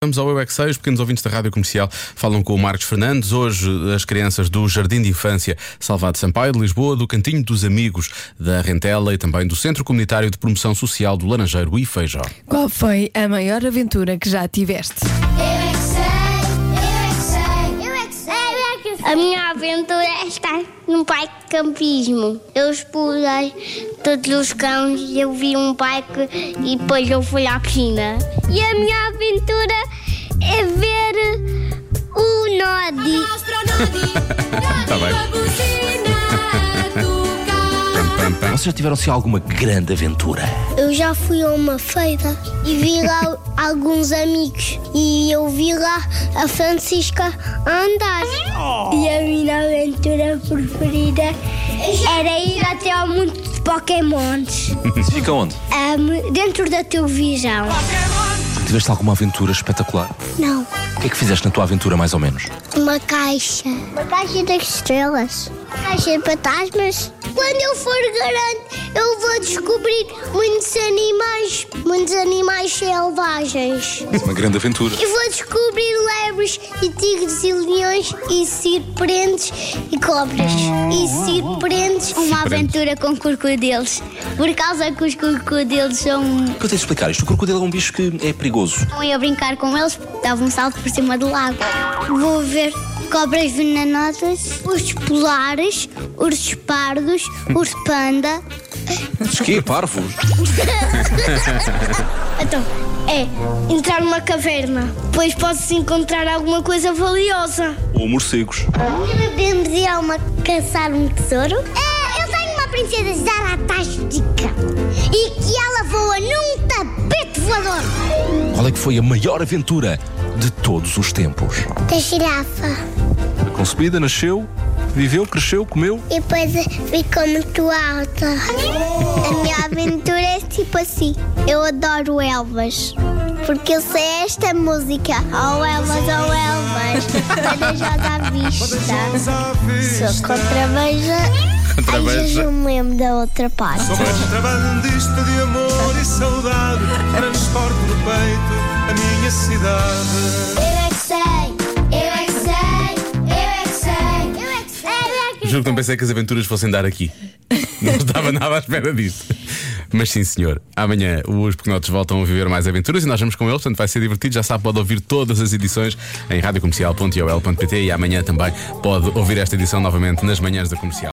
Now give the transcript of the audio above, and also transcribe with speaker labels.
Speaker 1: Vamos ao Eu é que Sei, os pequenos ouvintes da Rádio Comercial falam com o Marcos Fernandes. Hoje, as crianças do Jardim de Infância Salvado Sampaio, de Lisboa, do Cantinho dos Amigos da Rentela e também do Centro Comunitário de Promoção Social do Laranjeiro e Feijó.
Speaker 2: Qual foi a maior aventura que já tiveste?
Speaker 3: Eu é que sei, eu é que sei, eu é que sei,
Speaker 4: A minha aventura é estar num parque de campismo. Eu explorei todos os cães, eu vi um parque e depois eu fui à piscina. E a minha aventura é ver o Nodi.
Speaker 1: Está bem.
Speaker 5: Vocês já tiveram assim alguma grande aventura?
Speaker 4: Eu já fui a uma feira e vi lá alguns amigos. E eu vi lá a Francisca a andar. E a minha aventura preferida era ir até ao mundo de Pokémons.
Speaker 5: Se fica onde?
Speaker 4: Ahm, dentro da televisão.
Speaker 5: Tiveste alguma aventura espetacular?
Speaker 4: Não.
Speaker 5: O que é que fizeste na tua aventura, mais ou menos?
Speaker 4: Uma caixa. Uma caixa das estrelas. Uma caixa de fantasmas. Quando eu for grande, eu vou descobrir muitos animais, muitos animais selvagens.
Speaker 5: é Uma grande aventura.
Speaker 4: E vou descobrir lebres e tigres e leões e serpentes e cobras. E serpentes. Uma aventura com crocodilos. Por causa que os crocodilos são
Speaker 5: Eu tenho de explicar isto. O crocodilo é um bicho que é perigoso.
Speaker 4: não ia brincar com eles porque dava um salto por cima do lago. Vou ver cobras venenosas, ursos polares, ursos pardos, urso panda.
Speaker 5: Diz que é parvos.
Speaker 4: Então, é entrar numa caverna. Depois posso encontrar alguma coisa valiosa.
Speaker 5: Ou morcegos.
Speaker 4: Podemos ir a uma caçar um tesouro? É, eu tenho uma princesa zaratachica e que ela voa num tapete voador.
Speaker 5: Qual é que foi a maior aventura de todos os tempos?
Speaker 4: Da girafa.
Speaker 5: Foi concebida, nasceu, viveu, cresceu, comeu.
Speaker 4: E depois ficou muito alta. A minha aventura é tipo assim. Eu adoro elvas. Porque eu sei esta música. Oh elvas, oh elvas. Beijosa à vista. Sou contrabeija. Às vezes eu me lembro da outra parte.
Speaker 6: Contrabandista de amor e saudade, transporto no peito a minha cidade.
Speaker 3: eu é que sei, eu é que sei, eu é que sei, eu é que sei.
Speaker 1: Juro que não pensei que as aventuras fossem dar aqui. Não estava nada à espera disto. Mas sim, senhor. Amanhã os pequenotes voltam a viver mais aventuras e nós vamos com eles, portanto vai ser divertido. Já sabe, pode ouvir todas as edições em radiocomercial.ol.pt e amanhã também pode ouvir esta edição novamente nas manhãs da comercial.